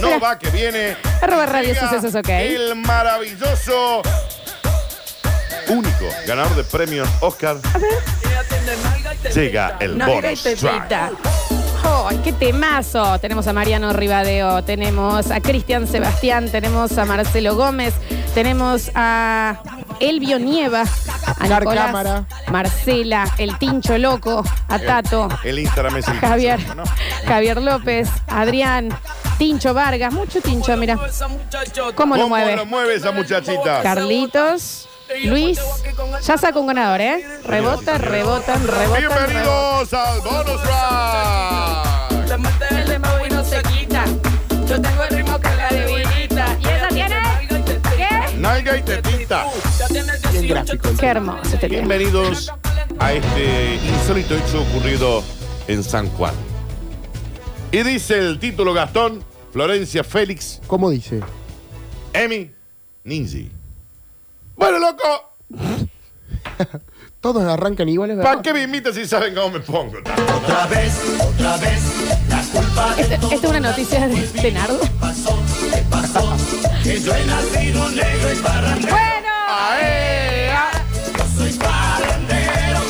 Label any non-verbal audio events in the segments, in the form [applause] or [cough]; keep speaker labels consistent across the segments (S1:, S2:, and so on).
S1: no va que viene.
S2: Arroba Radio
S1: Llega
S2: Sucesos, ok.
S1: El maravilloso, único ganador de premios Oscar. Llega el
S2: No, era
S1: bonus track.
S2: Pepita. Oh, qué temazo! Tenemos a Mariano Rivadeo, tenemos a Cristian Sebastián, tenemos a Marcelo Gómez, tenemos a Elvio Nieva, a
S3: Car
S2: Nicolás,
S3: Cámara.
S2: Marcela, el Tincho Loco, a Tato,
S1: El Instagram es el
S2: Javier,
S1: ¿no?
S2: Javier López, Adrián, Tincho Vargas, mucho Tincho, mira. ¿Cómo lo
S1: ¿Cómo
S2: mueve?
S1: lo mueve esa muchachita?
S2: Carlitos, Luis, ya saca un ganador, ¿eh? Rebota, rebotan, rebotan. rebotan.
S1: Bienvenidos al bonus track.
S2: El de Maui no se quita. Yo tengo el ritmo que la debilita. ¿Y esa tiene? ¿Qué?
S1: Nalga y tetita.
S3: Bien gráfico.
S2: Qué hermoso este tema.
S1: Bienvenidos a este insólito hecho ocurrido en San Juan. Y dice el título Gastón, Florencia Félix,
S3: ¿Cómo dice?
S1: Emi, Ninji. Bueno, loco,
S3: Todos arrancan iguales, ¿verdad?
S1: ¿para qué me invitas si saben cómo me pongo?
S2: Este- Esta es una noticia de, de Nardo. Bueno,
S1: ¡Ae! ah!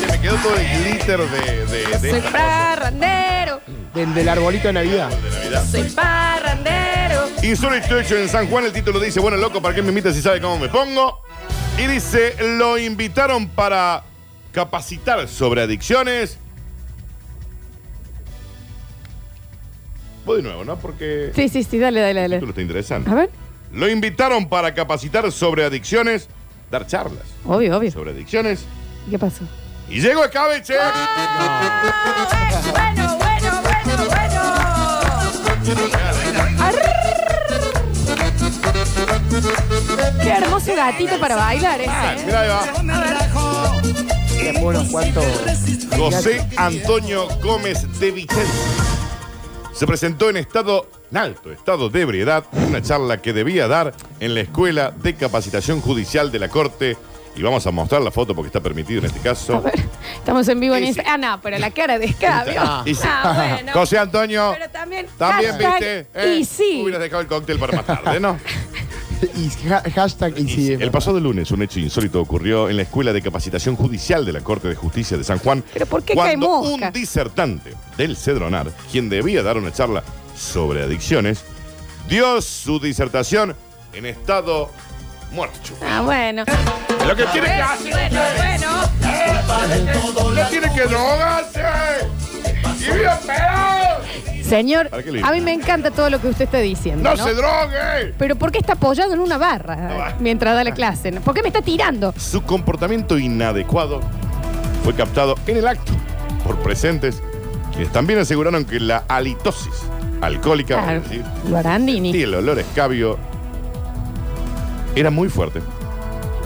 S1: Se me quedó todo el glitter de, de, de
S2: soy
S1: esta
S2: parrandero,
S3: Del, del arbolito de Navidad.
S1: de Navidad.
S2: soy parrandero.
S1: Insólito hecho en San Juan, el título dice, bueno, loco, ¿para qué me invitas si sabe cómo me pongo? Y dice, lo invitaron para capacitar sobre adicciones. Voy de nuevo, ¿no? Porque el
S2: Sí, sí, sí, dale, dale, dale.
S1: título está interesante.
S2: A ver,
S1: Lo invitaron para capacitar sobre adicciones, dar charlas
S2: obvio, obvio.
S1: sobre adicciones.
S2: ¿Qué pasó?
S1: Y llegó Escabeche.
S2: Bueno, bueno, bueno, bueno. Arr. Qué hermoso gatito para bailar
S1: Ah,
S2: ese. ¿eh?
S1: mira, ahí va.
S3: Después unos cuantos.
S1: José Antonio Gómez de Vicente. Se presentó en estado, en alto estado de ebriedad, en una charla que debía dar en la Escuela de Capacitación Judicial de la Corte. Y vamos a mostrar la foto porque está permitido en este
S2: A
S1: caso.
S2: ver, estamos en vivo en
S1: Sí, sí.
S2: Instagram. Ah, no, pero la cara de escabio.
S1: Ah, y sí.
S2: Ah,
S1: [laughs]
S2: bueno.
S1: José Antonio,
S2: Pero también.
S1: también
S2: hashtag
S1: viste. eh,
S2: Y sí.
S1: Hubieras dejado el cóctel para más tarde,
S2: [laughs]
S1: ¿no?
S3: Y ha- hashtag y sí, es
S1: El
S3: verdad.
S1: pasado lunes, un hecho insólito ocurrió en la Escuela de Capacitación Judicial de la Corte de Justicia de San Juan.
S2: ¿Pero por qué cae
S1: cuando
S2: mosca?
S1: un disertante del Cedronar, quien debía dar una charla sobre adicciones, dio su disertación en estado muerto.
S2: Ah, bueno.
S1: Lo que tiene que
S2: Bueno,
S1: hacer,
S2: bueno,
S1: no tiene que drogarse. Y viva peor.
S2: bueno. Señor,
S1: ¿Para qué lo
S2: a mí me encanta todo lo que usted está diciendo.
S1: No
S2: ¿no?
S1: se drogue.
S2: Pero ¿por qué está apoyado en una barra
S1: Ah.
S2: eh, mientras da la clase? ¿Por qué me está tirando?
S1: Su comportamiento inadecuado fue captado en el acto por presentes, quienes también aseguraron que la halitosis alcohólica, vamos a
S2: Claro.
S1: decir, y
S2: Barandini.
S1: el olor a escabio era muy fuerte.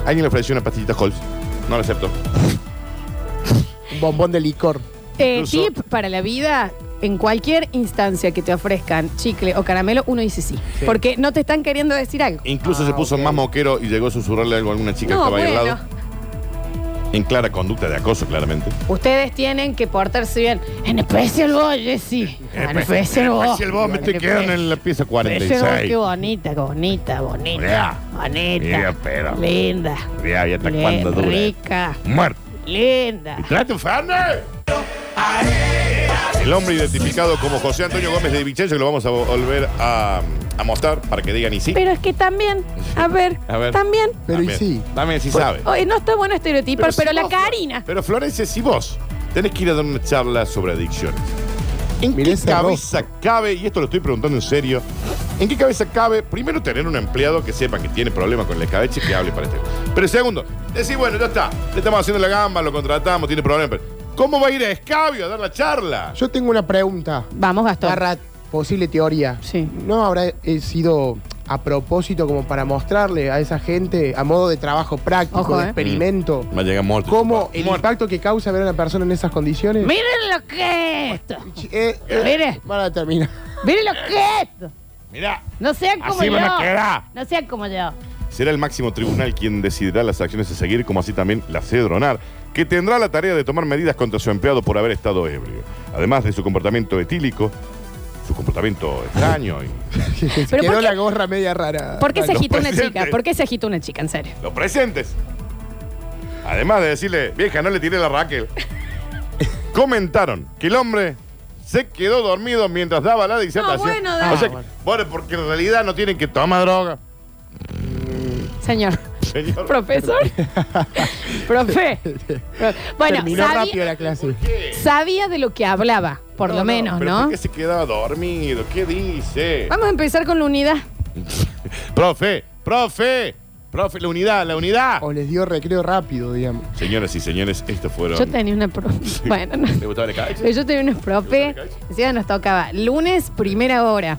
S1: Alguien le ofreció una pastillita Holz. No lo aceptó.
S3: Un bombón de licor.
S2: Eh,
S1: Incluso-
S2: tip para la vida. En cualquier instancia que te ofrezcan chicle o caramelo, uno dice sí. Porque no te están queriendo decir algo.
S1: Incluso se puso más moquero y llegó a susurrarle algo a alguna chica que
S2: Ah, No,
S1: estaba ahí al
S2: bueno.
S1: lado. En clara conducta de acoso, claramente.
S2: Ustedes tienen que portarse bien. En especial vos, Jessy. En especial vos.
S1: Si el vos me estoy quedando en la pieza
S2: En especial vos,
S1: 46.
S2: Qué bonita, qué bonita, bonita.
S1: Mirá.
S2: Bonita.
S1: Mirá, pero.
S2: Linda.
S1: Ya, ya está
S2: Le-
S1: cuánto dura.
S2: rica.
S1: Muerto.
S2: Linda.
S1: ¡Y trate un Fernet! El hombre identificado como José Antonio Gómez de Vicencio, que lo vamos a volver a, a mostrar para que digan y sí.
S2: Pero es que también,
S1: [laughs]
S2: a ver,
S1: A ver.
S2: también.
S3: Pero y
S1: También,
S3: sí.
S1: También sí
S3: Pues-
S1: sabe.
S2: Oye, no está bueno estereotipar,
S1: si
S2: pero, la
S1: vos-
S2: Karina.
S1: Pero Florencia, si vos tenés que ir a dar una charla sobre adicciones, ¿en
S3: Mirá
S1: qué
S3: ese
S1: cabeza cabe, y esto lo estoy preguntando en serio, ¿en qué cabeza cabe primero tener un empleado que sepa que tiene problemas con el escabeche y que hable para este? Pero segundo, decir, bueno, ya está, le estamos haciendo la gamba, lo contratamos, tiene problemas, pero ¿cómo va a ir a Escabio a dar la charla?
S3: Yo tengo una pregunta.
S2: Vamos, Gastón.
S3: barra posible teoría.
S2: Sí.
S3: ¿No habrá eh, sido a propósito como para mostrarle a esa gente, a modo de trabajo práctico,
S2: Ojo,
S3: de
S2: eh.
S3: experimento,
S1: Va a llegar muerto.
S3: cómo el
S1: Muerto.
S3: impacto que causa ver a una persona en esas condiciones?
S2: Miren lo que es esto.
S3: Eh, eh,
S2: Mire.
S3: Van a terminar. [laughs]
S2: Miren lo que es esto.
S1: Mirá,
S2: No sean como
S1: así
S2: yo.
S1: van a quedar.
S2: No sean como yo.
S1: Será el máximo tribunal quien decidirá las acciones a seguir, como así también la Cedronar, que tendrá la tarea de tomar medidas contra su empleado por haber estado ebrio. Además de su comportamiento etílico, su comportamiento extraño
S3: [laughs]
S1: y
S3: Se
S2: Pero
S3: quedó
S2: ¿por qué-
S3: la gorra media rara.
S2: ¿Por qué se
S1: Los
S2: agitó una
S1: presentes.
S2: chica? ¿Por qué se agitó una chica? En serio.
S1: lo presentes. Además de decirle, vieja, no le tiré la
S3: [laughs]
S1: Raquel. comentaron que el hombre se quedó dormido mientras daba la disertación.
S2: bueno, da-
S1: o sea, que-
S3: Ah,
S1: bueno, porque en realidad no tienen que tomar droga. [laughs]
S2: Señor.
S1: Señor.
S2: Profesor. [laughs] Profe. Pro- Bueno,
S3: Terminó rápido
S2: sabía,
S3: la clase.
S2: sabía de lo que hablaba, por lo menos,
S1: pero
S2: ¿no?
S1: ¿Por qué se quedaba dormido? ¿Qué dice?
S2: Vamos a empezar con la unidad.
S1: Profe, profe, profe, la unidad, la unidad.
S3: O les dio recreo rápido, digamos.
S1: Señoras y señores, estos fueron.
S2: Yo tenía una profe. [laughs] Bueno, no.
S1: ¿Le gustaba la calle?
S2: Pero yo tenía unos profe, encima nos tocaba lunes, primera hora.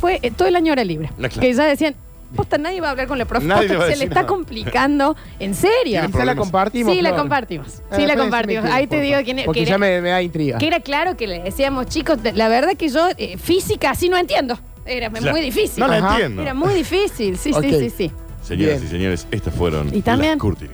S2: Fue eh, todo el año hora libre.
S1: La clase.
S2: Que ya decían, posta, nadie va a hablar con la profe,
S1: Nadie
S2: posta,
S1: le va a
S2: [laughs] se le
S1: decir
S2: está
S1: nada.
S2: complicado. complicando. ¿En serio?
S1: Tiene
S3: Quizá la
S1: problemas.
S3: compartimos.
S2: Sí, la
S3: Flor.
S2: compartimos.
S3: Ah,
S2: Sí, la
S3: después
S2: compartimos.
S3: decime
S2: Ahí
S3: quién,
S2: te
S3: por
S2: digo
S3: favor.
S2: quién es.
S3: Porque
S2: que
S3: ya
S2: era-
S3: me, me da intriga.
S2: Que era claro que le decíamos, chicos, de- la verdad que yo eh, física así no entiendo. Era
S1: La-
S2: muy difícil.
S1: No la
S3: Ajá.
S1: entiendo.
S2: Era muy difícil, sí,
S3: Ok.
S2: sí, sí, sí.
S1: Señoras
S3: Bien.
S1: y señores, estas fueron
S2: Y también-
S1: las curtinis.